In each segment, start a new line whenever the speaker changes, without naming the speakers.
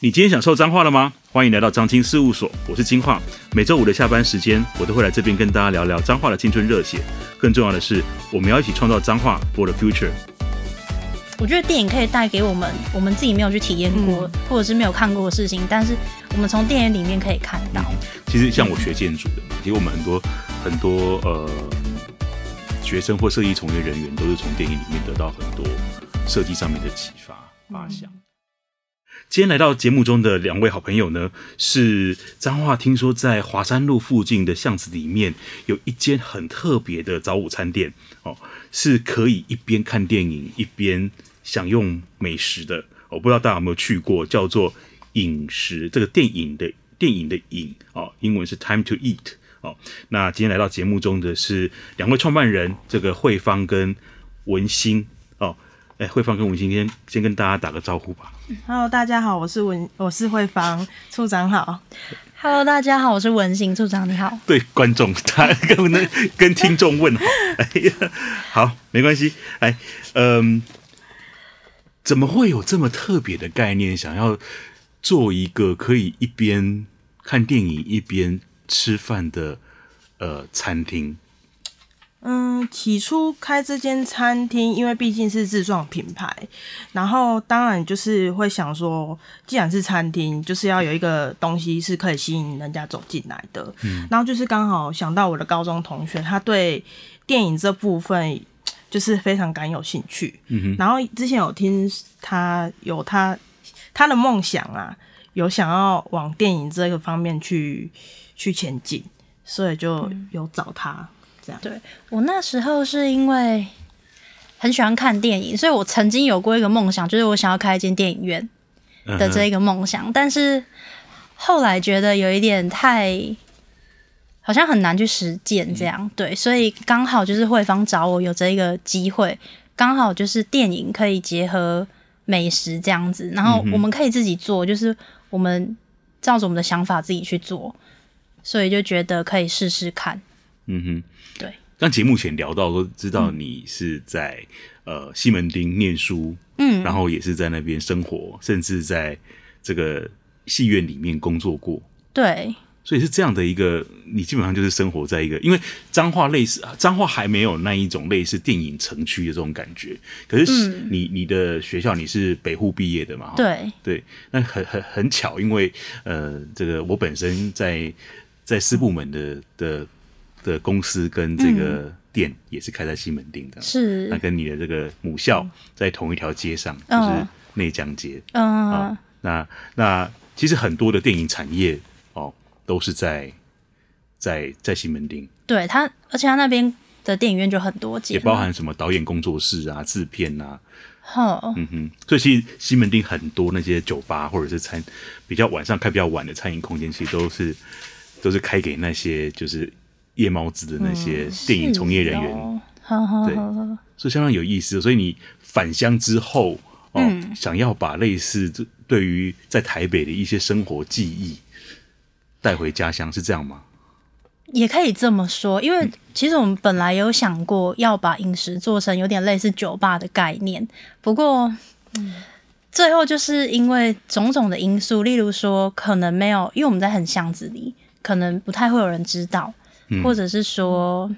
你今天享受脏话了吗？欢迎来到张青事务所，我是金话。每周五的下班时间，我都会来这边跟大家聊聊脏话的青春热血。更重要的是，我们要一起创造脏话 for the future。
我觉得电影可以带给我们我们自己没有去体验过，或者是没有看过的事情，但是我们从电影里面可以看到。
其实像我学建筑的，其实我们很多很多呃学生或设计从业人员都是从电影里面得到很多设计上面的启发发想。今天来到节目中的两位好朋友呢，是彰化听说在华山路附近的巷子里面有一间很特别的早午餐店哦，是可以一边看电影一边享用美食的。我、哦、不知道大家有没有去过，叫做“饮食”这个电影的电影的“影”哦，英文是 “time to eat” 哦。那今天来到节目中的是两位创办人，这个慧芳跟文心哦。哎，慧芳跟文心先先跟大家打个招呼吧。
Hello，大家好，我是文，我是慧芳处长好。
Hello，大家好，我是文心处长，你好。
对观众，他跟那跟听众问好。哎呀，好，没关系。哎，嗯，怎么会有这么特别的概念，想要做一个可以一边看电影一边吃饭的呃餐厅？
嗯，起初开这间餐厅，因为毕竟是自创品牌，然后当然就是会想说，既然是餐厅，就是要有一个东西是可以吸引人家走进来的。嗯，然后就是刚好想到我的高中同学，他对电影这部分就是非常感有兴趣。嗯然后之前有听他有他他的梦想啊，有想要往电影这个方面去去前进，所以就有找他。嗯
对我那时候是因为很喜欢看电影，所以我曾经有过一个梦想，就是我想要开一间电影院的这一个梦想。嗯、但是后来觉得有一点太，好像很难去实践这样。嗯、对，所以刚好就是慧芳找我有这一个机会，刚好就是电影可以结合美食这样子，然
嗯
后我们可以自己做，就是我们照着我们的想法自己去做，所以就觉得可以试试看。
嗯
哼，对。
像节目前聊到都知道你是在、嗯、呃西门町念书，嗯，然后也是在那边生活，甚至在这个戏院里面工作过。
对，
所以是这样的一个，你基本上就是生活在一个，因为彰化类似彰化还没有那一种类似电影城区的这种感觉。可是你、嗯、你的学校你是北护毕业的嘛？
对
对，那很很很巧，因为呃，这个我本身在在私部门的的。的公司跟这个店也是开在西门町的，
嗯是嗯
那跟你的这个母校在同一条街上，就是内江街。
呃
嗯，啊，那那其实很多的电影产业哦，都是在在在西门町。
对他，而且他那边的电影院就很多间，
也包含什么导演工作室啊、制片啊。
哦，
嗯哼，所以其实西门町很多那些酒吧或者是餐比较晚上开比较晚的餐饮空间，其实都是都是开给那些就是。夜猫子的那些电影从业人员，嗯
哦、
对，
呵呵呵
所以相当有意思。所以你返乡之后，哦，嗯、想要把类似对于在台北的一些生活记忆带回家乡，是这样吗？
也可以这么说，因
嗯
为其实我们本来有想过要把饮食做成有点类似酒吧的概念，不过，嗯、最后就是因为种种的因素，例如说可能没有，因为我们在很巷子里，可能不太会有人知道。
嗯
或者是说，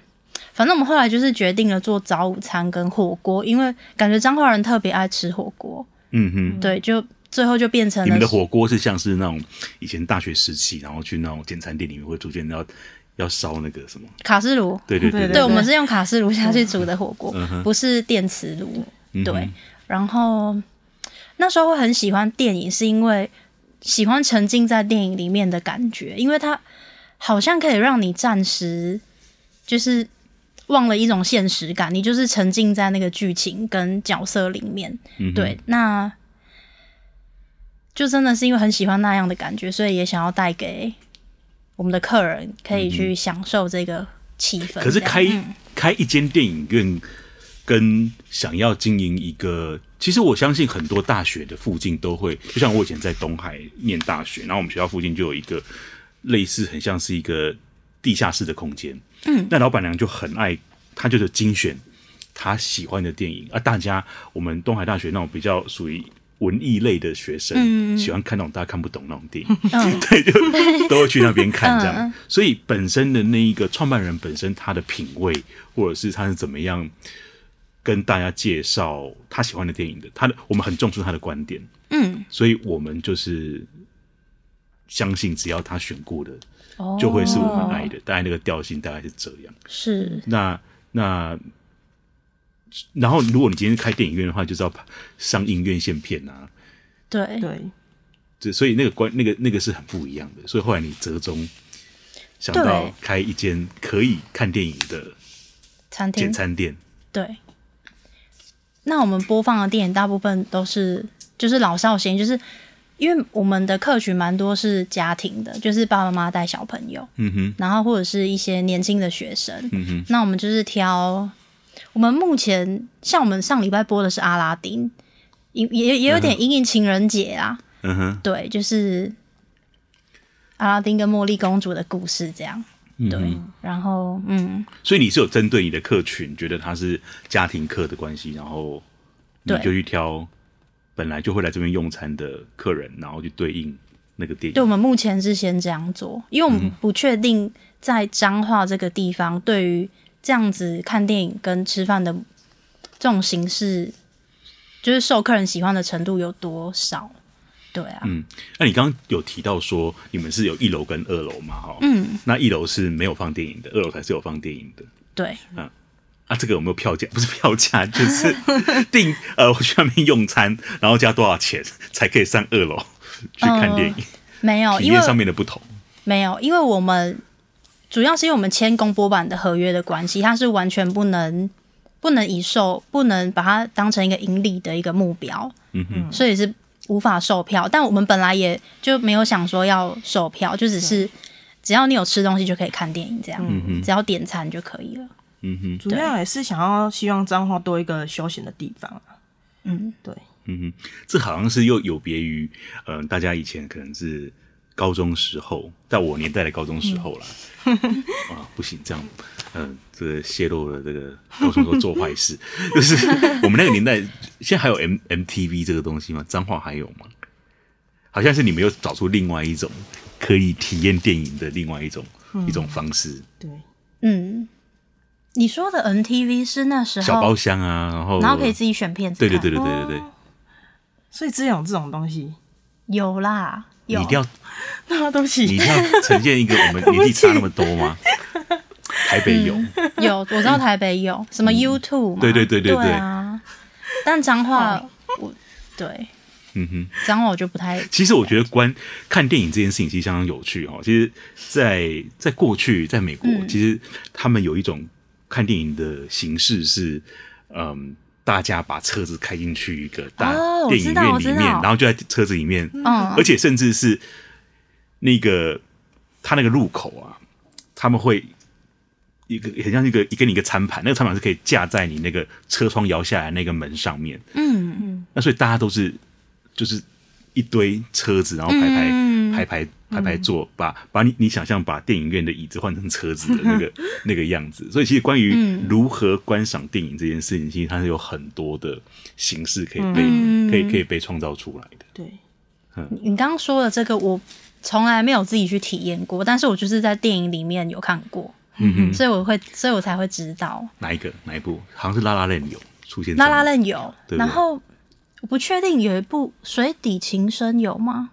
反正我们后来就是决定了做早午餐跟火锅，因为感觉彰化人特别爱吃火锅。
嗯哼，
对，就最后就变成了
你们的火锅是像是那种以前大学时期，然后去那种简餐店里面会出现要要烧那个什么
卡式炉。
对对对
对，我们是用卡式炉下去煮的火锅，嗯、不是电磁炉。嗯、对，然后那时候会很喜欢电影，是因为喜欢沉浸在电影里面的感觉，因为它。好像可以让你暂时就是忘了一种现实感，你就是沉浸在那个剧情跟角色里面。嗯、对，那就真的是因为很喜欢那样的感觉，所以也想要带给我们的客人可以去享受这个气氛。
可是开、嗯、开一间电影院，跟想要经营一个。其实我相信很多大学的附近都会，就像我以前在东海念大学，然后我们学校附近就有一个。类似很像是一个地下室的空间，
嗯，
那老板娘就很爱，她就是精选她喜欢的电影啊。大家我们东海大学那种比较属于文艺类的学生、
嗯
喜欢看那种大家看不懂那种电影，对， 就都会去那边看这样。
嗯
所以本身的那一个创办人本身他的品味，或者是他是怎么样跟大家介绍他喜欢的电影的，他的我们很重视他的观点，
嗯，
所以我们就是相信只要他选过的，
哦
就会是我们爱的，大概那个调性大概是这样。
是
那那，然后如果你今天开电影院的话，就是要上映院线片啊，
对，
对，
这所以那个关那个那个是很不一样的。所以后来你折中想
对
到开一间可以看电影的
餐
简
厅
餐店，
对。那我们播放的电影大部分都是就是老少咸宜，就是因为我们的客群蛮多是家庭的，就是爸爸妈妈带小朋友，
嗯哼，
然后或者是一些年轻的学生，
嗯哼，
那我们就是挑，我们目前像我们上礼拜播的是《阿拉丁》，也也也有点因应情人节啊，
嗯哼，
对，就是阿拉丁跟茉莉公主的故事这样，
嗯
对，
哼。
然后嗯，
所以你是有针对你的客群，觉得他是家庭客的关系，然后你
对
就去挑本来就会来这边用餐的客人，然后去对应那个电
对，
影
我。们目前是先这样做，因为我
嗯
们不确定在彰化这个地方对于这样子看电影跟吃饭的这种形式，就是受客人喜欢的程度有多少，对啊，
嗯那你刚刚有提到说你们是有一楼跟二楼嘛？哈，
嗯，
那一楼是没有放电影的，二楼才是有放电影的。
对，
啊，这个有没有票价？ 不是票价，就是 订呃，我去那边用餐，然后加多少钱才可以上二楼去看电影？
没有，
体
呃哦因为
验上面的不同。
没有，因为我们主要是因为我们签公播版的合约的关系，它是完全不能不能以售，不能把它当成一个盈利的一个目标，
嗯哼，
所以是无法售票。但我们本来也就没有想说要售票，就只是只要你有吃东西就可以看电影，这样、
嗯哼
只要点餐就可以了。
嗯哼，
主要也是想要希望彰化多一个休闲的地方啊。
嗯，
对，
嗯哼，这好像是又有别于，嗯、大家以前可能是高中时候，在我年代的高中时候啦，
嗯
啊，不行，这样，嗯、这个泄露了这个高中时候做坏事， 就是我们那个年代，现在还有 M MTV 这个东西吗？脏话还有吗？好像是你们又找出另外一种可以体验电影的另外一种、一种方式，
对，
嗯，你说的 NTV 是那时
小包
候，
厢啊，然后
然后可以自己哦选片子
对
看，
对对对对对对，
所以之前有这种东西，
有啦，
你
有
一定要
那对 不
你
起，
要呈现一个我们年纪差那么多吗？ 台北有，
嗯有，我知道台北有什么 YouTube
嗯
嘛，
对对对对
对
对
啊，但彰化我对
嗯哼。
彰化我就不 太
其实我觉得观看电影这件事情其实相当有趣哦。其实在，在过去，在美国，
嗯
其实他们有一种看电影的形式是，嗯，大家把车子开进去一个大
哦我
电影
知道
院
我
里
知道
面，然后就在车子里面，
嗯
而且甚至是那个他那个入口啊，他们会一个很像一个给你一个餐盘，那个餐盘是可以架在你那个车窗摇下来那个门上面，
嗯
那所以大家都是就是一堆车子，然后排排、
嗯
排排排排坐，把把你你想象把电影院的椅子换成车子的那 个那个样子。所以其实关于
嗯
如何观赏电影这件事情，其实它是有很多的形式可以被、
嗯
可以可以被创造出来的。
对，
你刚刚说的这个我从来没有自己去体验过，但是我就是在电影里面有看过，
嗯哼，
所以我会所以我才会知道
哪一个哪一部？好像是拉拉链有出现这
拉
样。
拉链有，
对不对
然后我不确定有一部《水底情深》有吗？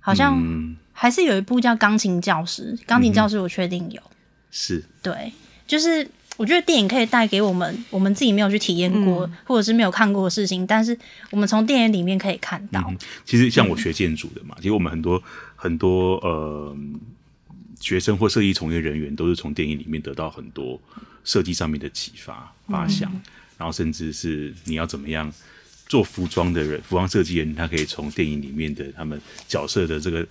好像、
嗯
还是有一部叫《钢琴教师》，钢琴教师我确定有。
是
对，就是我觉得电影可以带给我们我们自己没有去体验过、或者是没有看过的事情，但是我们从电影里面可以看到。
嗯其实像我学建筑的嘛，其实我们很多很多呃学生或设计从业人员都是从电影里面得到很多设计上面的启发发想，
嗯
然后甚至是你要怎么样做服装的人，服装设计人他可以从电影里面的他们角色的这个。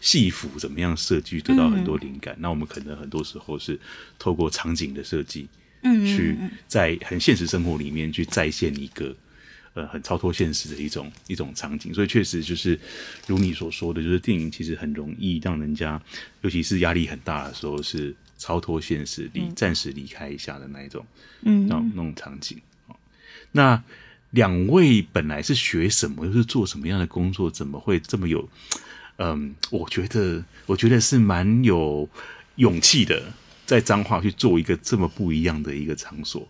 戏服怎么样设计得到很多灵
嗯
感？那我们可能很多时候是透过场景的设计，
嗯
去在很现实生活里面去再现一个呃很超脱现实的一种一种场景。所以确实就是如你所说的，就是电影其实很容易让人家，尤其是压力很大的时候，是超脱现实离暂时离开一下的那一种，
嗯
那种那种场景。哦那两位本来是学什么，又是做什么样的工作，怎么会这么有？嗯，我觉得，我觉得是蛮有勇气的，在彰化去做一个这么不一样的一个场所。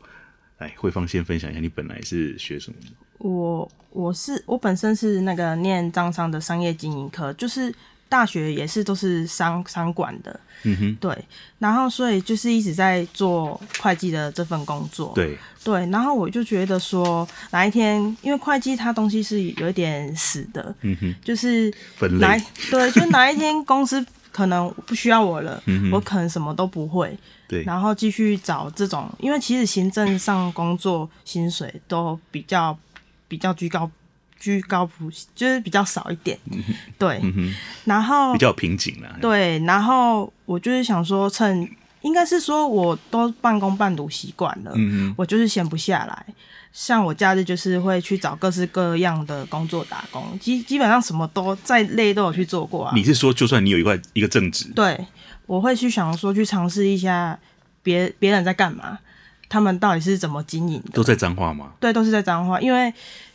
来，慧芳先分享一下，你本来是学什么？
我我是我本身是那个念张商的商业经营科，就是大学也是都是商商管的，
嗯哼，
对，然后所以就是一直在做会计的这份工作，
对，
对，然后我就觉得说哪一天，因为会计它东西是有一点死的，
嗯哼，
就是
分
哪
类
一，对，就哪一天公司可能不需要我了，
嗯哼
我可能什么都不会，
对，
然后继续找这种，因为其实行政上工作薪水都比较比较居高居高不，就是比较少一点，对，
嗯哼，
然后
比较瓶颈啦。，
对，然后我就是想说趁。应该是说，我都半工半读习惯了，
嗯哼，
我就是闲不下来。像我假日就是会去找各式各样的工作打工，基基本上什么都再累都有去做过啊。
你是说，就算你有一块一个正职，
对，我会去想说去尝试一下别别人在干嘛，他们到底是怎么经营的
都。在彰化吗？
对，都是在彰化，因为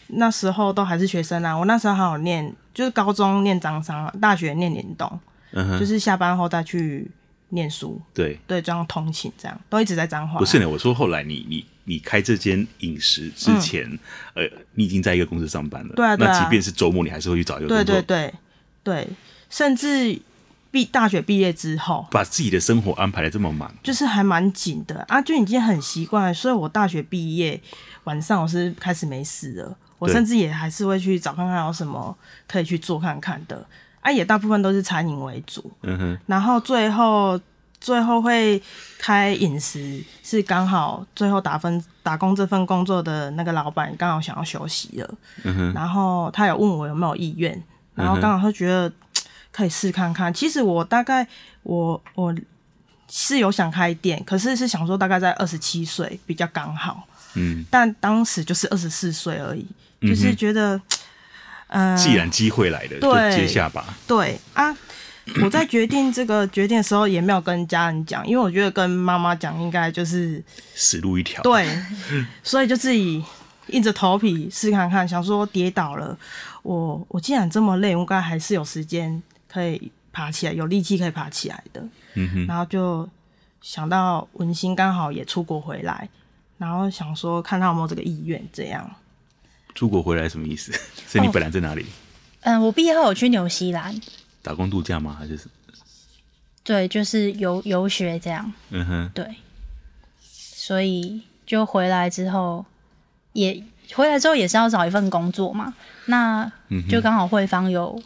那时候都还是学生啊。我那时候还有念，就是高中念彰商啊，大学念联动，
嗯哼，
就是下班后再去念书，
对，
对，这样通勤这样，都一直在彰化啊。
不是呢。我说后来你你你开这间饮食之前，呃，你已经在一个公司上班了，
嗯对啊对啊
那即便是周末，你还是会去找一个工
对
作，
对对对，甚至毕大学毕业之后，
把自己的生活安排的这么满，
就是还蛮紧的啊，就已经很习惯了。所以我大学毕业晚上我是开始没事了，我
对
甚至也还是会去找看看有什么可以去做看看的啊，也大部分都是餐饮为主，
嗯哼，
然后最后。最后会开饮食，是刚好最后打分打工这份工作的那个老板刚好想要休息了，
嗯哼，
然后他有问我有没有意愿，然后刚好就觉得嗯可以试看看。其实我大概我我是有想开店，可是是想说大概在二十七岁比较刚好，
嗯，
但当时就是二十四岁而已，就是觉得，嗯、
既然机会来了，就
对
接下吧，
对啊。我在决定这个决定的时候，也没有跟家人讲，因为我觉得跟妈妈讲应该就是
死路一条，，
对，所以就自己硬着头皮试看看，想说跌倒了，我我既然这么累，我应该还是有时间可以爬起来，有力气可以爬起来的。
嗯哼，
然后就想到文心刚好也出国回来，然后想说看他有没有这个意愿，这样。
出国回来什么意思？ 所
哦
以你本来在哪里、
嗯，我毕业后有去纽西兰，
打工度假吗？还是什么
对，就是游游学这样，
嗯哼，
对，所以就回来之后也回来之后也是要找一份工作嘛，那就刚好慧芳有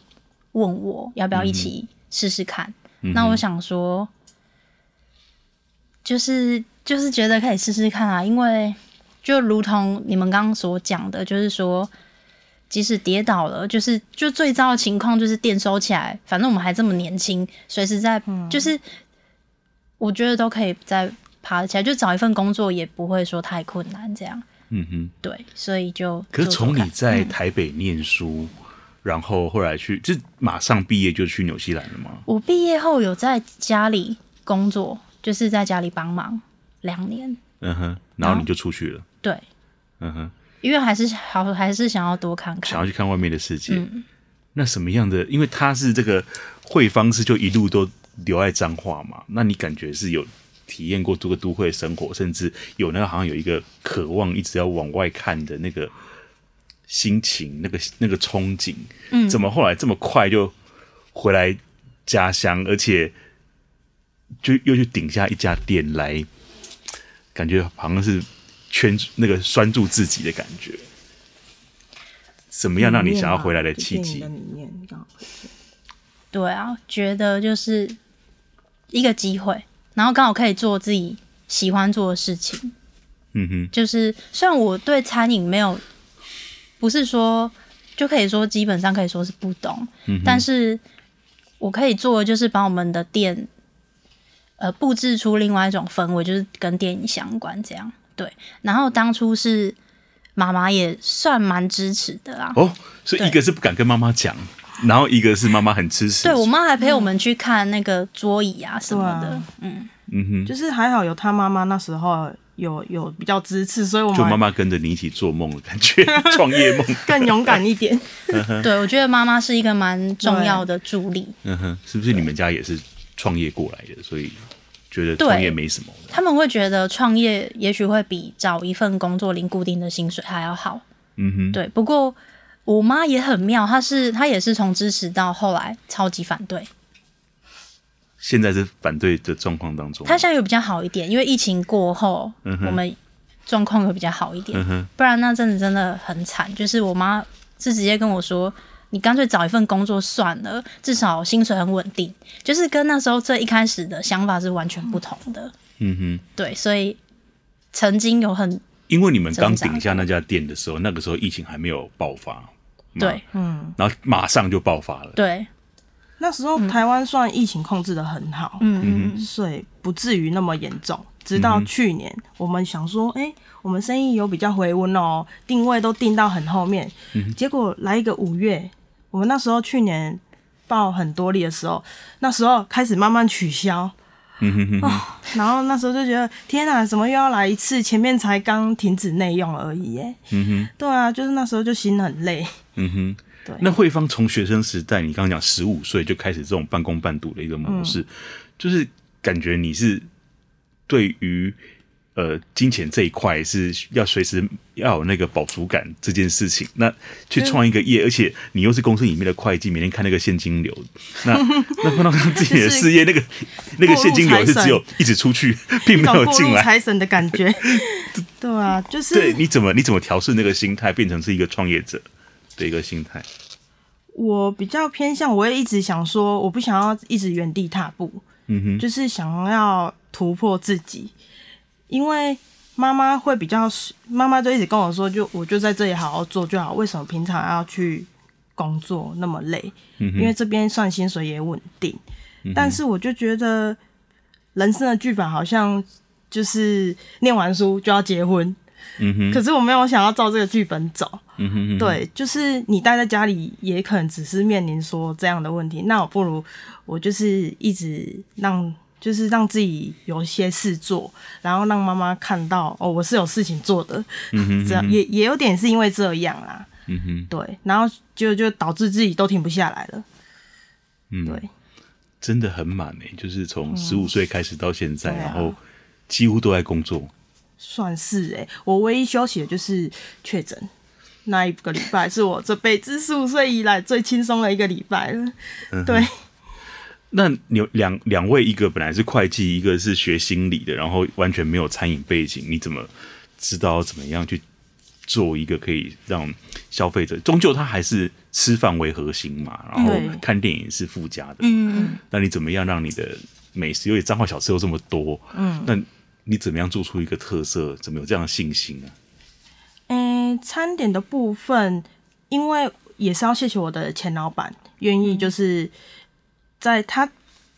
问我要不要一起试试看，那我想说，就是就是觉得可以试试看啊，因为就如同你们刚刚所讲的，就是说。即使跌倒了，就是就最糟的情况就是店收起来，反正我们还这么年轻，随时在、就是，我觉得都可以再爬起来，就找一份工作也不会说太困难这样。
嗯哼。
对，所以就
可是
做做
从你
看嗯
在台北念书，然后后来去，就马上毕业就去纽西兰了吗？
我毕业后有在家里工作，就是在家里帮忙两年，
嗯哼，然后你就出去了，
对，
嗯哼，
因为还是好还是想要多看
想
看
要。去看外面的世界。那什么样的？因为他是这个会方式，就一路都留在彰化嘛。那你感觉是有体验过这个都会生活，甚至有那个好像有一个渴望一直要往外看的那个心情，那个那个憧憬。嗯，怎么后来这么快就回来家乡，而且就又去顶下一家店来，感觉好像是圈那个拴住自己的感觉。什么样让你想要回来的契机？
里面啊刚好
对啊，觉得就是一个机会，然后刚好可以做自己喜欢做的事情。
嗯哼，
就是虽然我对餐饮没有，不是说就可以说基本上可以说是不懂，
嗯
但是我可以做的就是把我们的店，呃，布置出另外一种氛围，就是跟电影相关这样。对，然后当初是妈妈也算蛮支持的啊啦。
哦，所以
对
一个是不敢跟妈妈讲，然后一个是妈妈很支持。
对我妈还陪我们去看那个桌椅啊什么
对
的
啊，
嗯，
嗯哼，
就是还好有他妈妈那时候有有比较支持，所以我
就妈
们
妈跟着你一起做梦的感觉，创业梦，
更勇敢一点。
对，我觉得妈妈是一个蛮重要的助力。
嗯哼，是不是你们家也是创业过来的，所以觉得
对
创业没什么的？
他们会觉得创业也许会比找一份工作领固定的薪水还要好。
嗯哼，
对，不过我妈也很妙，她是她也是从支持到后来超级反对。
现在是反对的状况当中，
她现在有比较好一点，因为疫情过后，
嗯哼
我们状况有比较好一点。
嗯哼，
不然那阵子真的很惨，就是我妈是直接跟我说。你干脆找一份工作算了，至少薪水很稳定，就是跟那时候最一开始的想法是完全不同的。
嗯哼。
对，所以曾经有很
因为你们刚
挣扎
顶下那家店的时候，那个时候疫情还没有爆发，嘛
对，
然后马上就爆发了。
对，
那时候台湾算疫情控制的很好，
嗯嗯
所以不至于那么严重。直
嗯
到去年，我们想说，哎、我们生意有比较回温哦，定位都定到很后面，
嗯
结果来一个五月，我们那时候去年报很多例的时候，那时候开始慢慢取消，哦
嗯哼哼哼，
然后那时候就觉得天哪、怎么又要来一次？前面才刚停止内用而已耶。
嗯
对啊，就是那时候就心很累。
哼，嗯
对
哼。那慧芳从学生时代，你刚刚讲十五岁就开始这种半工半读的一个模
嗯
式，就是感觉你是对于呃金钱这一块是要随时要有那个饱足感这件事情。那去创一个业，而且你又是公司里面的会计，每天看那个现金流， 那那碰到自己的事业，那个那个现金流是只有一直出去，并
一
没
种
有
过
进
路
来。
财神的感 觉。对啊，就
对，
是
你怎么你怎么调试那个心态，变成是一个创业者的一个心态？
我比较偏向，我也一直想说，我不想要一直原地踏步，
嗯哼，
就是想要突破自己，因为。妈妈会比较，妈妈就一直跟我说，就我就在这里好好做就好，为什么平常要去工作那么累？
嗯哼嗯
因为这边算薪水也稳定，但是我就觉得人生的剧本好像就是念完书就要结婚，
嗯哼，
可是我没有想要照这个剧本走。
嗯哼哼，
对，就是你待在家里，也可能只是面临说这样的问题。那我不如我就是一直让，就是让自己有一些事做，然后让妈妈看到哦，我是有事情做的。这样也也有点是因为这样啦。
嗯哼，
对，然后就就导致自己都停不下来了。
嗯，
对，嗯
真的很满诶、就是从十五岁开始到现在，
对啊
然后几乎都在工作。
算是哎、我唯一休息的就是确诊。那一个礼拜是我这辈子十五岁以来最轻松的一个礼拜了，对，
那你有两两位，一个本来是会计，一个是学心理的，然后完全没有餐饮背景，你怎么知道怎么样去做一个可以让消费者？终究他还是吃饭为核心嘛，然后
对
看电影是附加的。
嗯，
那你怎么样让你的美食，因为彰化小吃又这么多，嗯，那你怎么样做出一个特色？怎么有这样的信心啊？
诶、餐点的部分，因为也是要谢谢我的前老板，愿意就是在他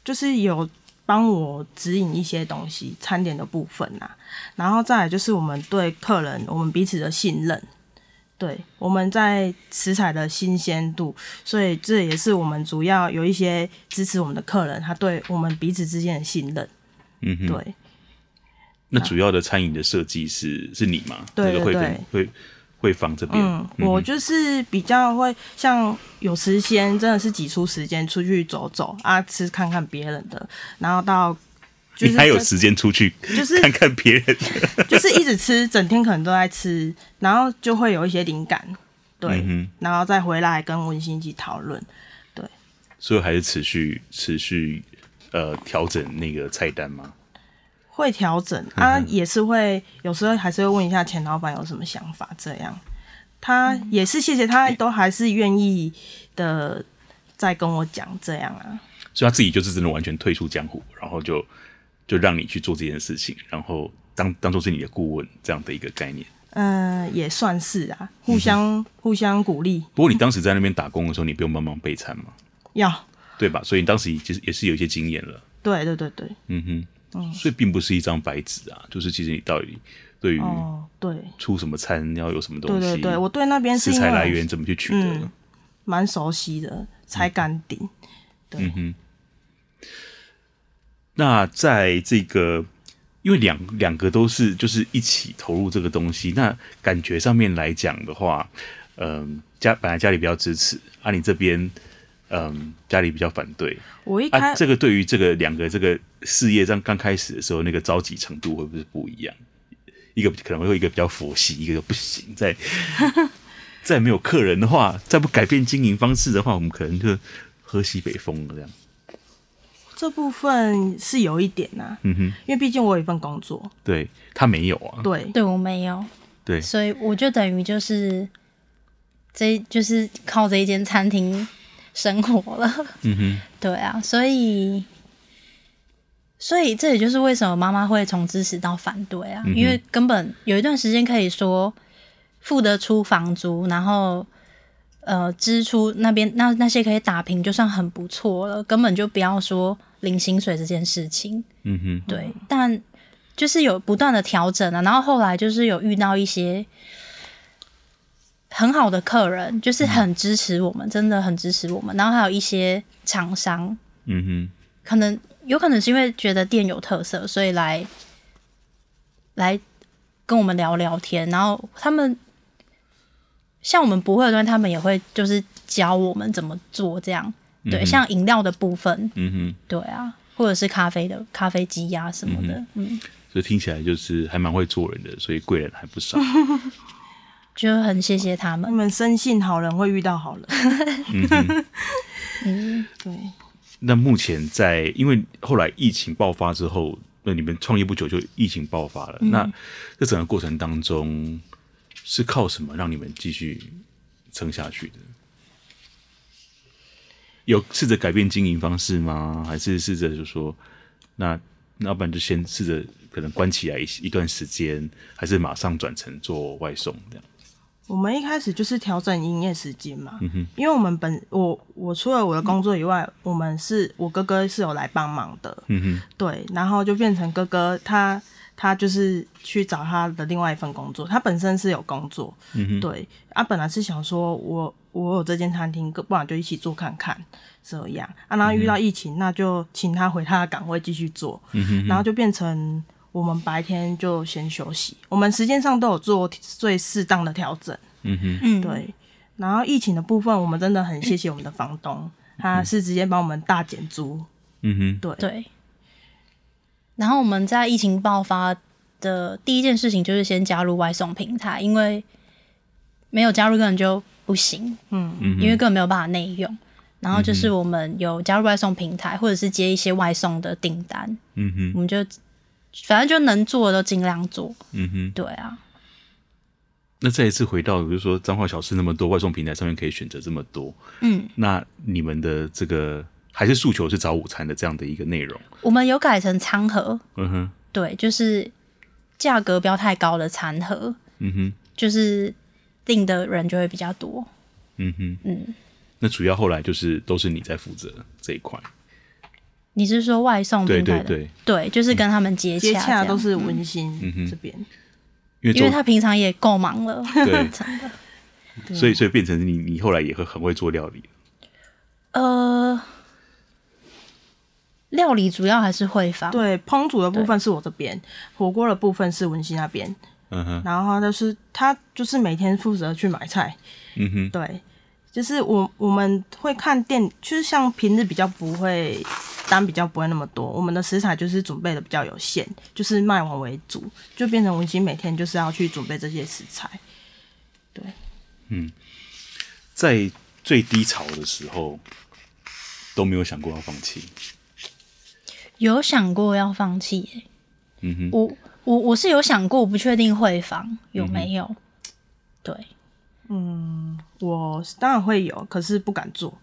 就是有帮我指引一些东西，餐点的部分啊，然后再来就是我们对客人我们彼此的信任，对我们在食材的新鲜度，所以这也是我们主要有一些支持我们的客人，他对我们彼此之间的信任，
嗯哼，
对。
那主要的餐饮的设计是是你吗？
对
那个会
对
跟会会放这边，
嗯，我就是比较会像有时间，真的是挤出时间出去走走啊，吃看看别人的，然后到就是
你还有
这
时间出去
是
看看别人，
就是一直吃，整天可能都在吃，然后就会有一些灵感，对，
嗯
然后再回来跟文心一起讨论。
所以还是持续持续呃调整那个菜单吗？
会调整啊，
嗯
也是会有时候还是会问一下前老板有什么想法，这样他也是谢谢他都还是愿意的在跟我讲这样啊，
所以他自己就是真的完全退出江湖，然后就就让你去做这件事情，然后当当做是你的顾问这样的一个概念。
嗯，也算是啊，互
嗯
相、互相鼓励，
不过你当时在那边打工的时候，你不用帮忙备餐嘛，
要
对吧？所以你当时其实也是有一些经验了。
对对对对，
嗯哼，所以并不是一张白纸啊，就是其实你到底对于
哦，对
出什么餐要有什么东西，
对对对，我对那边是
食
因
材来
为
源怎么去取得？
嗯蛮熟悉
嗯
的，才敢顶。
那在这个，因因为两两个都是就是一起投入这个东西，那感觉上面来讲的话，嗯、家本来家里比较支持，啊，你这边嗯、家里比较反对，
我一
啊，
开
这个对于这个两个这个事业上刚开始的时候，那个着急程度会不会不一样？一个可能会有一个比较佛系，一个就不行。 再再没有客人的话，再不改变经营方式的话，我们可能就喝西北风了这样。
这部分是有一点呐、
嗯哼，
因为毕竟我有一份工作，
对他没有啊，
对，
对我没有，
对
所以我就等于就是这就是靠这一间餐厅生活了。
嗯哼，
对啊，所以所以这也就是为什么妈妈会从支持到反对啊，
嗯哼
因为根本有一段时间可以说付得出房租，然后呃支出那边那那些可以打平，就算很不错了，根本就不要说领薪水这件事情。
嗯哼，
对，但就是有不断的调整啊，然后后来就是有遇到一些很好的客人，就是
嗯
很支持我们，真的很支持我们。然后还有一些厂商，
嗯哼，
可能有可能是因为觉得店有特色，所以来来跟我们聊聊天。然后他们像我们不会的东西，他们也会就是教我们怎么做这样。
嗯
对，
哼
像饮料的部分，
嗯哼，
对啊，或者是咖啡的咖啡机呀、什么的，嗯。
所以听起来就是还蛮会做人的，所以贵人还不少。
就很谢谢他
他
们。
们深信好人会遇 到好人，
嗯，
对，
那目前在，因为后来疫情爆发之后，那你们创业不久就疫情爆发了。那这整个过程当中，是靠什么让你们继续撑下去的？有试着改变经营方式吗？还是试着就说，那那要不然就先试着可能关起来一一段时间，还是马上转成做外送这样？
我们一开始就是调整营业时间嘛，
嗯
因为我们本我我除了我的工作以外，我们是我哥哥是有来帮忙的，
嗯
对，然后就变成哥哥他他就是去找他的另外一份工作，他本身是有工作，
嗯
对，啊本来是想说我我有这间餐厅，不然就一起做看看这样，啊
嗯
然后遇到疫情，那就请他回他的岗位继续做，
哼，嗯哼，
然后就变成我们白天就先休息，我们时间上都有做最适当的调整。
嗯哼，
嗯，
对，然后疫情的部分，我们真的很谢谢我们的房东，他是直接帮我们大减租。
嗯哼，
对，
对。然后我们在疫情爆发的第一件事情就是先加入外送平台，因为没有加入根本就不行，
嗯哼，嗯
因为根本没有办法内用。然后就是我们有加入外送平台，或者是接一些外送的订单，
嗯哼，
我们就反正就能做的都尽量做。
嗯哼。
对啊，
那再一次回到，比如说彰化小吃那么多，外送平台上面可以选择这么多，
嗯，
那你们的这个还是诉求是早午餐的这样的一个内容，
我们有改成餐盒，
嗯哼，
对，就是价格不要太高的餐盒，
嗯哼，
就是订的人就会比较多。
嗯哼，
嗯，
那主要后来就是都是你在负责这一块，
你是说外送
对
平台
对
的？
对，
对就是跟他们接
接
洽这
洽
样，
都是温馨
嗯哼
这边。
因为
因
做
为他平常也够忙 了。，
对
真的
所以所以变成你你后来也会很会做料理，
呃，料理主要还是会发，
对，烹煮的部分是我这边，火锅的部分是文心那边，
嗯哼，
然后他就是他就是每天负责去买菜，
嗯哼，
对，就是我我们会看店，就是像平日比较不会单比较不会那么多，我们的食材就是准备的比较有限，就是卖完为主，就变成文心每天就是要去准备这些食材。
在最低潮的时候都没有想过要放弃，
有想过要放弃耶、
嗯哼，嗯
我我我是有想过，我不确定会房有没有。对，
我当然会有，可是不敢做，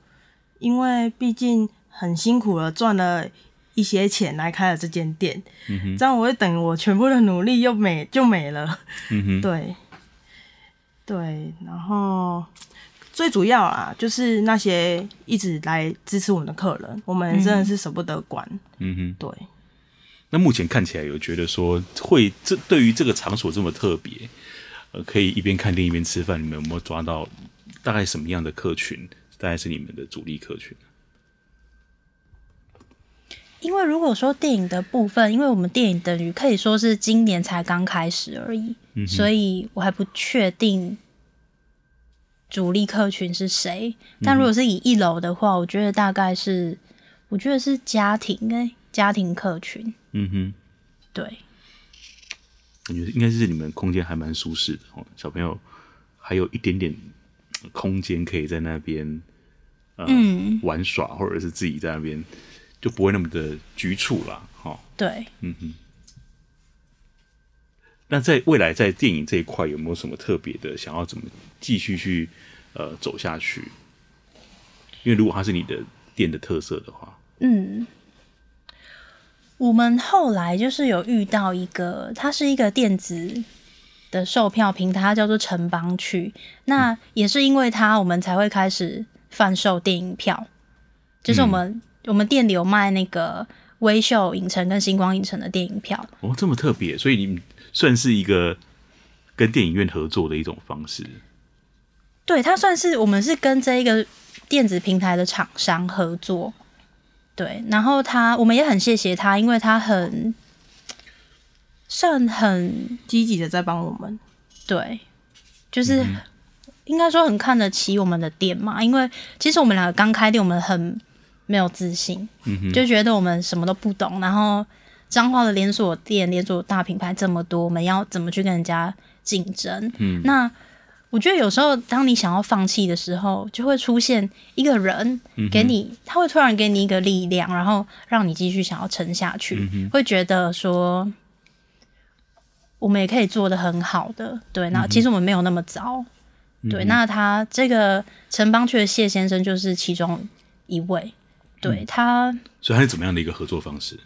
因为毕竟很辛苦了，赚了一些钱来开了这间店，
嗯
这样我会等于我全部的努力又没就没了。
嗯哼，
对，对，然后最主要啦，就是那些一直来支持我们的客人，我们真的是舍不得管。
嗯哼。
对，
那目前看起来有觉得说会这对于这个场所这么特别，呃，可以一边看店一边吃饭，你们有没有抓到大概什么样的客群？大概是你们的主力客群？
因为如果说电影的部分，因为我们电影等于可以说是今年才刚开始而已，
嗯哼
所以我还不确定主力客群是谁。
嗯
但如果是以一楼的话，我觉得大概是，我觉得是家庭哎、家庭客群，
嗯哼，
对，
我觉得应该是你们空间还蛮舒适的哦，小朋友还有一点点呃空间可以在那边呃、
嗯，
玩耍，或者是自己在那边就不会那么的局促啦，哈、哦。
对，
嗯哼。那在未来在电影这一块有没有什么特别的想要怎么继续去呃走下去？因为如果它是你的店的特色的话，
嗯。我们后来就是有遇到一个，它是一个电子的售票平台，它叫做城邦区。那也是因为它，我们才会开始贩售电影票，就是我们、我们店里有卖那个微秀影城跟星光影城的电影票。
哦，这么特别，所以你们算是一个跟电影院合作的一种方式。
对，它算是我们是跟这一个电子平台的厂商合作。对，然后他我们也很谢谢他，因为他很算很
积极的在帮我们。
对，就是、
嗯
应该说很看得起我们的店嘛。因为其实我们两个刚开店，我们很没有自信，
嗯哼，
就觉得我们什么都不懂。然后彰化的连锁店、连锁大品牌这么多，我们要怎么去跟人家竞争？
嗯
那我觉得有时候，当你想要放弃的时候，就会出现一个人
嗯
给你，他会突然给你一个力量，然后让你继续想要撑下去，
嗯
会觉得说我们也可以做的很好的。对，
嗯
那其实我们没有那么糟。对，那他这个城邦区的谢先生就是其中一位，对
嗯
他
所以它是怎么样的一个合作方式？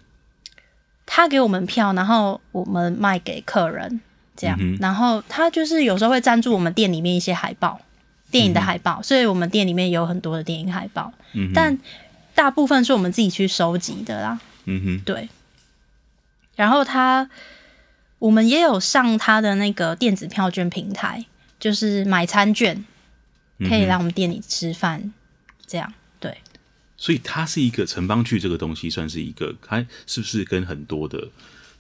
他给我们票，然后我们卖给客人，这样。
嗯哼
然后他就是有时候会赞助我们店里面一些海报，电影的海报，所以我们店里面有很多的电影海报，
嗯哼，
但大部分是我们自己去收集的啦。
嗯哼，
对，然后他我们也有上他的那个电子票券平台，就是买餐券，
嗯
可以来我们店里吃饭，这样。对，
所以它是一个城邦剧这个东西，算是一个，它是不是跟很多的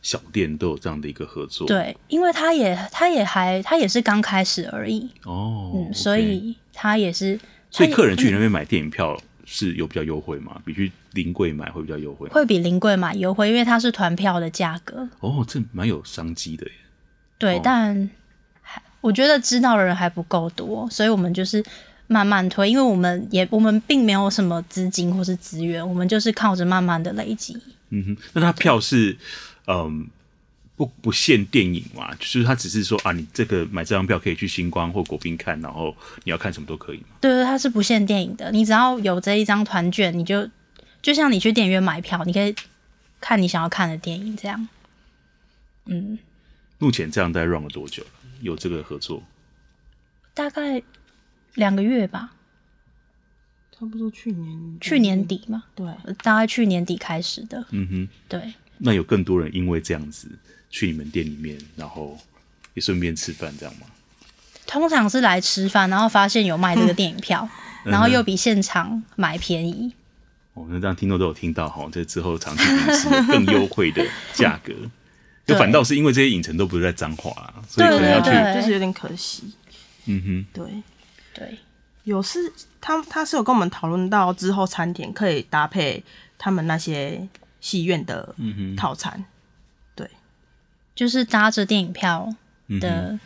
小店都有这样的一个合作？，
对，因为他也他也还他也是刚开始而已，
哦，
嗯，
OK
所以他也是，
所以
他也嗯
客人去你那边买电影票是有比较优惠吗？比去临柜买会比较优惠吗？
会比临柜买优惠，因为它是团票的价格。
哦，这蛮有商机的耶。
对，
哦
但还我觉得知道的人还不够多，所以我们就是慢慢推，因为我们也我们并没有什么资金或是资源，我们就是靠着慢慢的累积。
嗯哼，那它票是嗯不不限电影嘛，就是它只是说啊，你这个买这张票可以去星光或国宾看，然后你要看什么都可以嘛。
对对，它是不限电影的，你只要有这一张团券，你就就像你去电影院买票，你可以看你想要看的电影这样。嗯，
目前这样在 run 了多久了？有这个合作？
大概两个月吧，
差不多去年，
去年底嘛，
对，
呃大概去年底开始的。
嗯哼，
对，
那有更多人因为这样子去你们店里面，然后也顺便吃饭这样吗？
通常是来吃饭，然后发现有卖这个电影票，然后又比现场买便宜。
哦，那让听众都有听到哈，这之后长期影视有更优惠的价 格。就
对
反倒是因为这些影城都不是在彰化啊，所以
对
可能要去，
对对
就是有点可惜。
嗯
对，
对，
有是他他是有跟我们讨论到之后餐点可以搭配他们那些戏院的套餐，
就是搭着电影票
哼，嗯哼，
的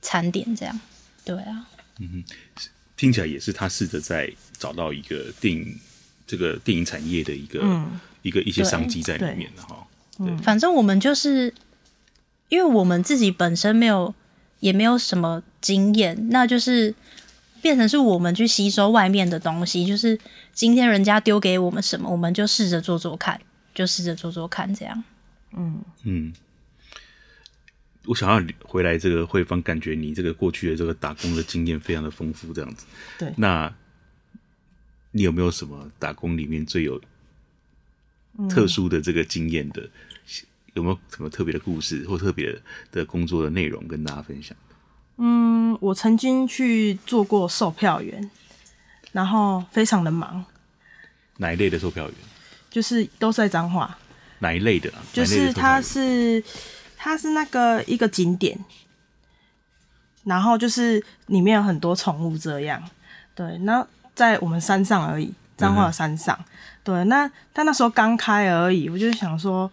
餐点这样。对啊，
听起来也是他试着在找到一个电影这个电影产业的一个、一个一些
对
商机在里面的哈。
反正我们就是因为我们自己本身没有也没有什么经验，那就是变成是我们去吸收外面的东西，就是今天人家丢给我们什么，我们就试着做做看，就试着做做看这样。
嗯，我想要回来这个慧芳，感觉你这个过去的这个打工的经验非常的丰富，这样子。
对
那你有没有什么打工里面最有
嗯
特殊的这个经验的？有没有什么特别的故事或特别的工作的内容跟大家分享？
嗯，我曾经去做过售票员，然后非常的忙，
哪一类的售票员？
就是都是在彰化，
哪一类的啊？
就
哪一类
是
的分
它
开
是它是那个一个景点，然后就是里面有很多宠物这样。对，那在我们山上而已，彰化的山上。对，那它那时候刚开而已，我就想说，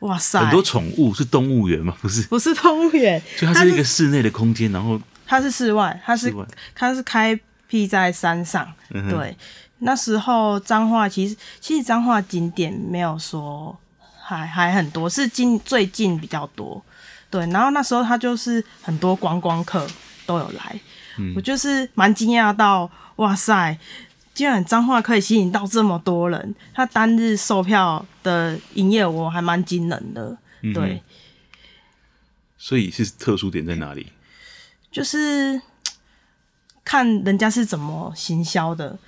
哇塞，
很多宠物是动物园嘛，不是？
不是动物园，
就它是一个室内的空间，然后
它是室外，它是
室外
它是开辟在山上。
嗯哼
对，那时候彰化其实其实彰化景点没有说还还很多，是近最近比较多。对，然后那时候他就是很多观光客都有来，
嗯
我就是蛮惊讶到，哇塞！竟然彰化可以吸引到这么多人，他单日售票的营业额还蛮惊人的。
嗯哼
对，
所以是特殊点在哪里？
就是看人家是怎么行销的，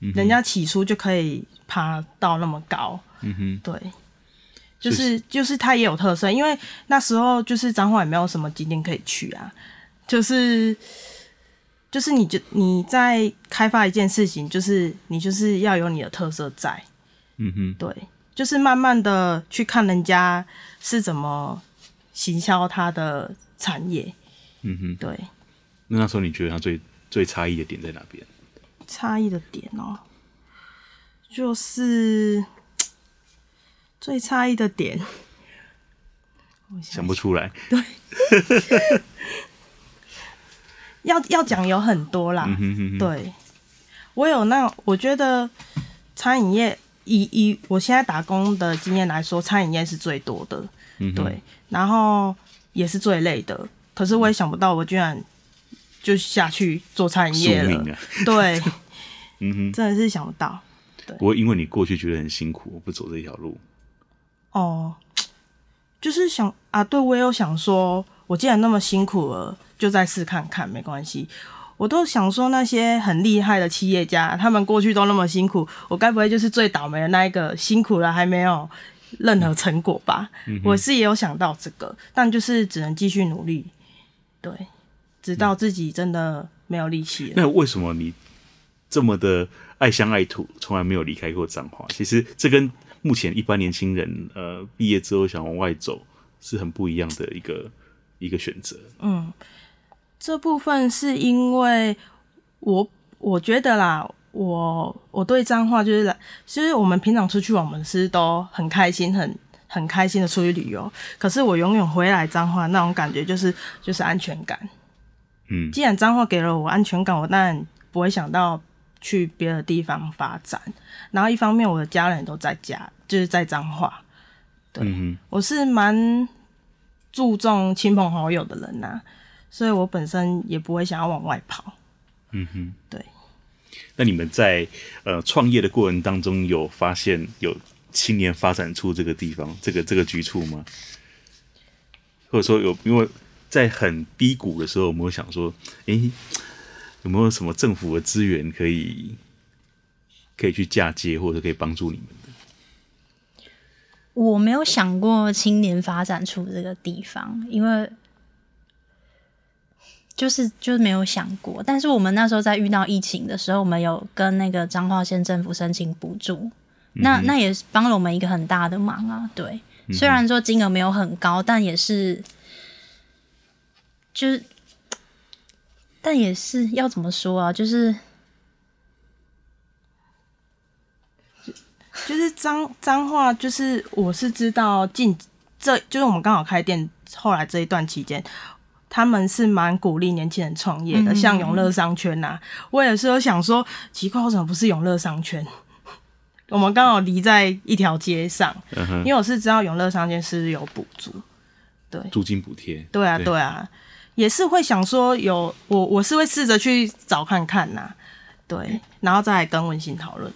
人家起初就可以爬到那么高，
嗯哼，
对，就是就是它也有特色，因为那时候就是彰化也没有什么景点可以去啊，就是就是你就你在开发一件事情，就是你就是要有你的特色在，
嗯哼，
对，就是慢慢的去看人家是怎么行销它的产业，
嗯哼。
对，
那那时候你觉得它最最差异的点在哪边？
差异的点哦、就是最差异的点，
想不出来。
要要讲有很多啦。
嗯哼哼哼，
对，我有那种我觉得餐饮业以以我现在打工的经验来说，餐饮业是最多的，
嗯哼
对，，然后也是最累的。可是我也想不到，我居然就下去做餐饮
宿
业了
命。啊。
对，
嗯哼，
真的是想不到。
不会因为你过去觉得很辛苦，我不走这条路。
哦，就是想啊，对我也有想说，我既然那么辛苦了，就再试看看，没关系。我都想说那些很厉害的企业家，他们过去都那么辛苦，我该不会就是最倒霉的那一个，辛苦了还没有任何成果吧？我是也有想到这个，但就是只能继续努力，对，直到自己真的没有力气了。
那为什么你这么的爱乡爱土，从来没有离开过彰化？其实这跟目前一般年轻人呃毕业之后想往外走是很不一样的一个一个选择。
这部分是因为我我觉得啦，我我对脏话就是来，就是我们平常出去玩，我们是都很开心，很很开心的出去旅游。可是我永远回来脏话那种感觉，就是就是安全感。
嗯
既然彰化给了我安全感，我当然不会想到去别的地方发展。然后一方面，我的家人也都在家，就是在彰化。对，
嗯
我是蛮注重亲朋好友的人呐、所以我本身也不会想要往外跑。
嗯哼，
对。
那你们在呃创业的过程当中，有发现有青年发展处这个地方，这个这个局处吗？或者说有，因为在很低谷的时候，有没有想说，诶、有没有什么政府的资源可以可以去嫁接，或者可以帮助你们的？
我没有想过青年发展处这个地方，因为就是就是没有想过。但是我们那时候在遇到疫情的时候，我们有跟那个彰化县政府申请补助，那那也是帮了我们一个很大的忙啊。对，虽然说金额没有很高，但也是就是。但也是要怎么说啊？就是
就是脏脏话，就是我是知道近这就是我们刚好开店后来这一段期间。他们是蛮鼓励年轻人创业
嗯
的，像永乐商圈呐、我也是有想说，奇怪，为什么不是永乐商圈？我们刚好离在一条街上，
嗯哼，
因为我是知道永乐商圈是有补助，
租金补贴，
对啊，
对
对啊，也是会想说有我，我是会试着去找看看呐、对，然后再来跟文心讨论，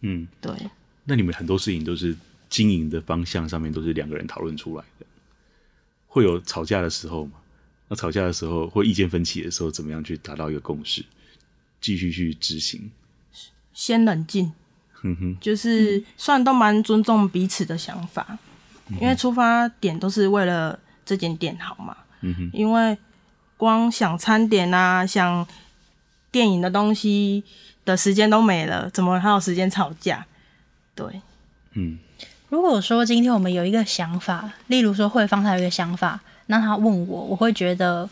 嗯，
对，
那你们很多事情都是经营的方向上面都是两个人讨论出来的，会有吵架的时候吗？那吵架的时候或意见分歧的时候，怎么样去达到一个共识，继续去执行？
先冷静，
哼嗯哼，
就是虽然都蛮尊重彼此的想法，
嗯
因为出发点都是为了这间店好嘛，
嗯哼，
因为光想餐点啊，想电影的东西的时间都没了，怎么还有时间吵架？对，
嗯
如果说今天我们有一个想法，例如说慧芳她有一个想法，那她问我，我会觉得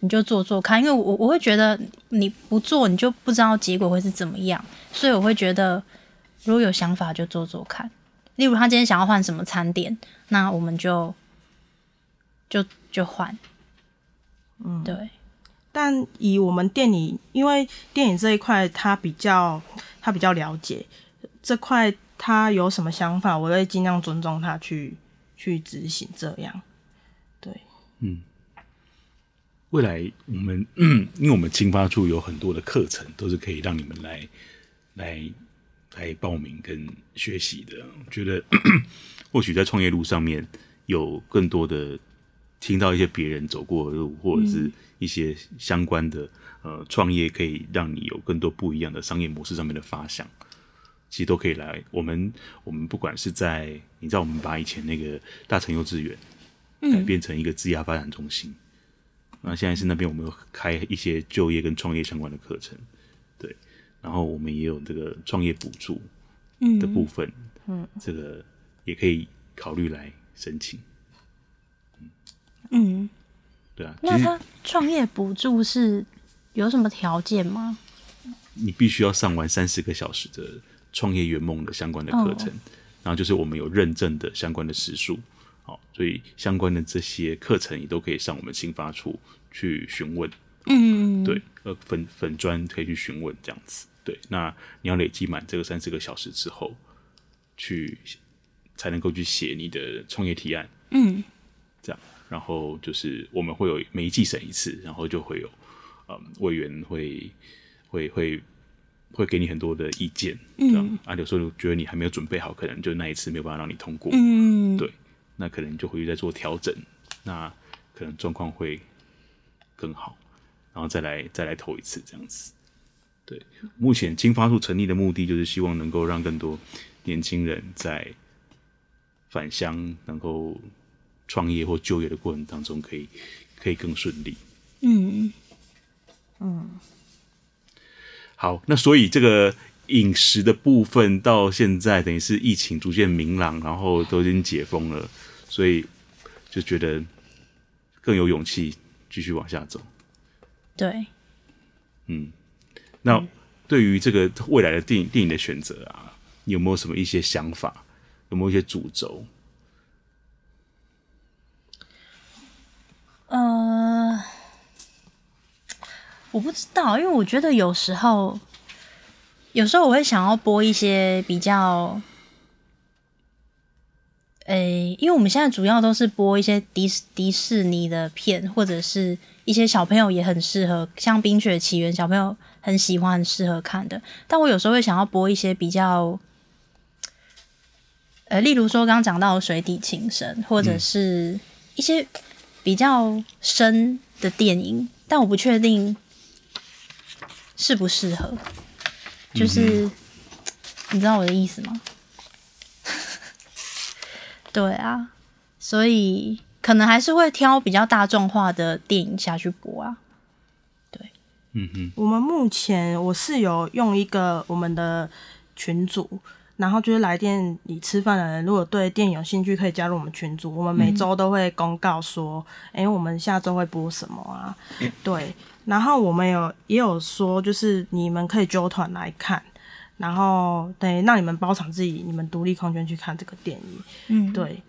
你就做做看，因为我我会觉得你不做你就不知道结果会是怎么样，所以我会觉得如果有想法就做做看。例如他今天想要换什么餐点，那我们就就就换，嗯，对，
但以我们店里，因为电影这一块他比较他比较了解这块，他有什么想法，我会尽量尊重他去去执行这样。
嗯，未来我们 因为我们青发处有很多的课程都是可以让你们来来来报名跟学习的，我觉得 或许在创业路上面有更多的听到一些别人走过的路，或者是一些相关的呃创业，可以让你有更多不一样的商业模式上面的发想。其实都可以来，我们我们不管是在，你知道，我们把以前那个大成幼稚园，
嗯
改变成一个职业发展中心。那现在是那边我们有开一些就业跟创业相关的课程，对，然后我们也有这个创业补助的部分，嗯，这个也可以考虑来申请，
嗯，
对啊。
那
其实
他创业补助是有什么条件吗？
你必须要上完三十个小时的创业圆梦的相关的课程，然后就是我们有认证的相关的时数，好，所以相关的这些课程也都可以上我们新发处去询问，
嗯，
对，呃，粉粉砖可以去询问这样子。对，那你要累积满这个三四个小时之后，去才能够去写你的创业提案，
嗯，
这样。然后就是我们会有每一季审一次，然后就会有嗯委员会会会会给你很多的意见，这样。啊，有时候觉得你还没有准备好，可能就那一次没有办法让你通过，
嗯，
对，那可能就回去再做调整，那可能状况会更好，然后再来再来投一次这样子。对，目前金发处成立的目的就是希望能够让更多年轻人在返乡能够创业或就业的过程当中，可以可以更顺利。
嗯，
好，那所以这个饮食的部分到现在等于是疫情逐渐明朗，然后都已经解封了，所以就觉得更有勇气继续往下走。
对，
嗯
那对于这个未来的电影电影的选择啊，你有没有什么一些想法？有没有一些主轴？
呃，我不知道，因为我觉得有时候，有时候我会想要播一些比较，诶、因为我们现在主要都是播一些迪士迪士尼的片，或者是一些小朋友也很适合，像《冰雪奇缘》，小朋友很喜欢、很适合看的。但我有时候会想要播一些比较。呃，例如说刚刚讲到的水底情深，或者是一些比较深的电影，但我不确定适不适合。就是、你知道我的意思吗？ 对啊，所以可能还是会挑比较大众化的电影下去播啊。
嗯哼，
我们目前我是有用一个我们的群组，然后就是来店里吃饭的人，如果对电影有兴趣，可以加入我们群组。我们每周都会公告说，诶，我们下周会播什么啊？对，然后我们有也有说，就是你们可以揪团来看。然后等于让你们包场自己，你们独立空间去看这个电影。
嗯，
对，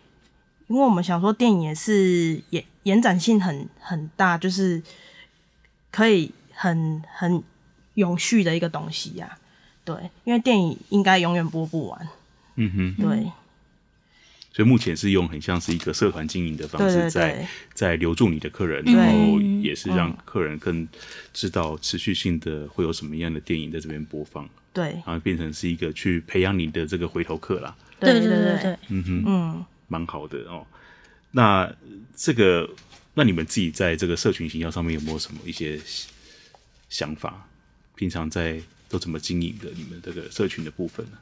因为我们想说电影也是延延展性很很大，就是可以很很永续的一个东西呀、对，因为电影应该永远播不完。
嗯哼，
对，
所以目前是用很像是一个社团经营的方
对
式
对
在
对，嗯
在留住你的客人，
对
然后也是让客人更知道持续性的会有什么样的电影在这边播放，
嗯
对，
然后变成是一个去培养你的这个回头客啦，
对
对
对对
对，
对，
嗯哼，
嗯，
蛮好的哦。那这个，那你们自己在这个社群形象上面有没有什么一些想法？平常在都怎么经营的？你们这个社群的部分呢？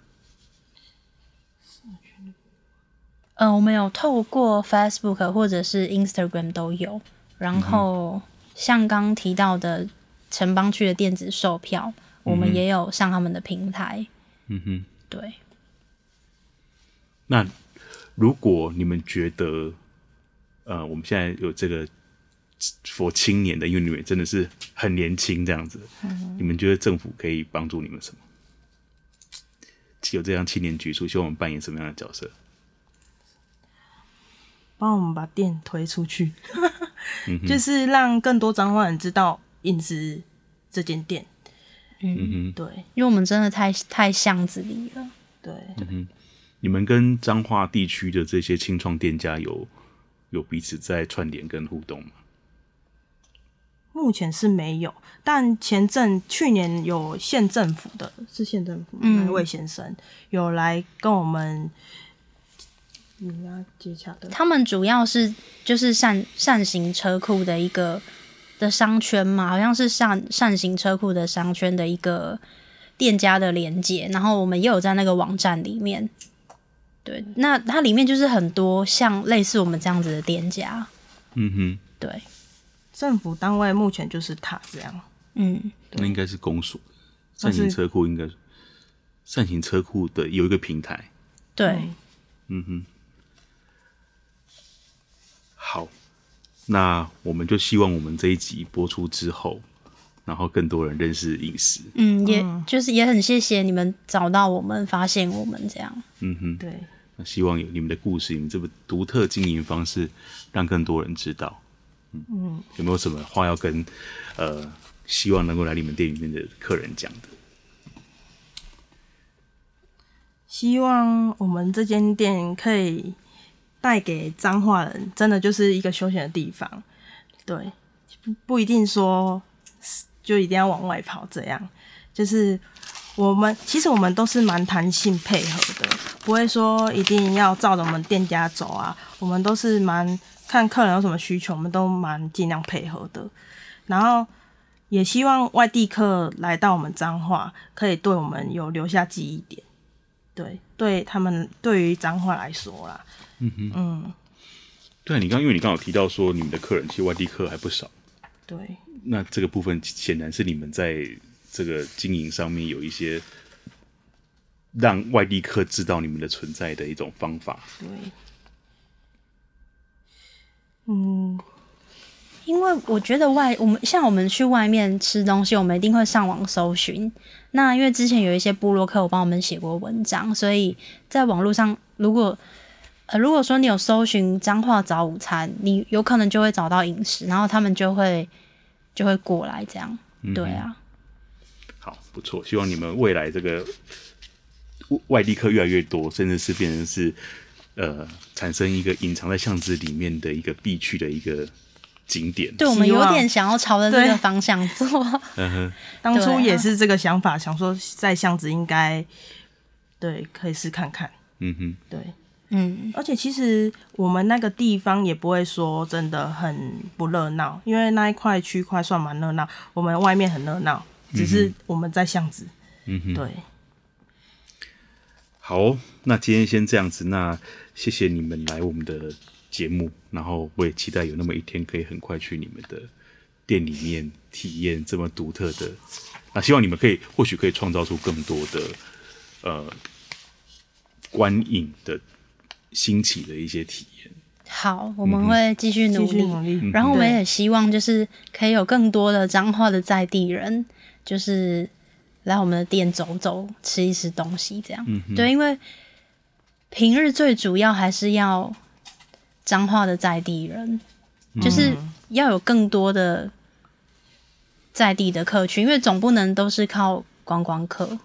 呃，我们有透过 Facebook 或者是 Instagram 都有，然后像刚提到的城邦区的电子售票，我们也有上他们的平台。
嗯哼，
对，
那如果你们觉得，呃，我们现在有这个佛青年的，因为你们真的是很年轻这样子，你们觉得政府可以帮助你们什么？有这样青年局处，希望我们扮演什么样的角色？
帮我们把店推出去，
嗯
就是让更多彰化人知道印子这间店。
嗯哼，
对
因为我们真的太太巷子里了。
对，
你们跟彰化地区的这些清创店家有有彼此在串联跟互动吗？
目前是没有，但前阵去年有县政府的，是县政府
嗯
那一位先生有来跟我们，你要接洽的，
他们主要是就是善善行车库的一个的商圈嘛，好像是善善行车库的商圈的一个店家的连接，然后我们也有在那个网站里面。对，那它里面就是很多像类似我们这样子的店家，
嗯哼，
对，
政府单位目前就是他这样。
嗯，
那应该是公所的
那
善
是
行车库，应该善行车库的有一个平台。
对，
嗯哼，好，那我们就希望我们这一集播出之后，然后更多人认识饮食。
嗯，也就是也很谢谢你们找到我们，发现我们这样，
嗯哼，
对，
那希望有你们的故事，你们这个独特经营方式，让更多人知道。嗯，有没有什么话要跟呃，希望能够来你们店里面的客人讲的？
希望我们这间店可以带给彰化人，真的就是一个休闲的地方。对，不不一定说就一定要往外跑，这样就是我们其实我们都是蛮弹性配合的，不会说一定要照着我们店家走啊，我们都是蛮看客人有什么需求，我们都蛮尽量配合的。然后也希望外地客来到我们彰化，可以对我们有留下记忆点。对，对他们对于彰化来说啦，
对啊，你刚因为你刚好提到说你们的客人其实外地客还不少，
对
那这个部分显然是你们在这个经营上面有一些让外地客知道你们的存在的一种方法。
对，嗯，
因为我觉得外我们像我们去外面吃东西，我们一定会上网搜寻。那因为之前有一些部落客有帮我们写过文章，所以在网络上，如果呃如果说你有搜寻彰化早午餐，你有可能就会找到饮食，然后他们就会就会过来这样。
嗯
对啊，
好，不错，希望你们未来这个外外地客越来越多，甚至是变成是呃产生一个隐藏在巷子里面的一个必去的一个景点。
对我们
希
有
望
点想要朝着这
对
个方向做。
当
对
初
啊
也是这个想法，想说在巷子应该对可以试看看，
嗯哼，
对，
嗯，
而且其实我们那个地方也不会说真的很不热闹，因为那一块区块算蛮热闹，我们外面很热闹，只是我们在巷子，
嗯哼，
对，
好哦、那今天先这样子，那谢谢你们来我们的节目，然后我也期待有那么一天可以很快去你们的店里面体验这么独特的，那希望你们可以或许可以创造出更多的呃观影的新奇的一些体验。
好，我
嗯
们会继续努
继
力。
续努
嗯
力，
然后我们
对
也希望就是可以有更多的彰化的在地人，就是来我们的店走走，吃一吃东西这样。对，因为平日最主要还是要彰化的在地人，就是要有更多的在地的客群，因为总不能都是靠观光客。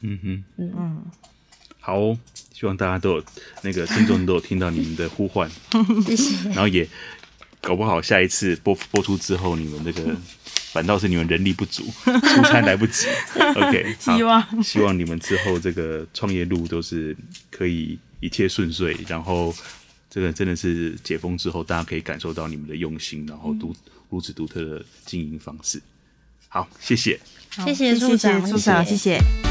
嗯哼，嗯好哦、希望大家都有那个听众都有听到你们的呼唤，
谢谢。
然后也搞不好下一次播播出之后，你们那 个反倒是你们人力不足，出差来不及。OK，好
希望
希望你们之后这个创业路都是可以一切顺遂，然后这个真的是解封之后，大家可以感受到你们的用心，然后独
嗯
如此独特的经营方式。好，谢谢。
谢谢处长
谢谢处长，
谢谢
谢谢。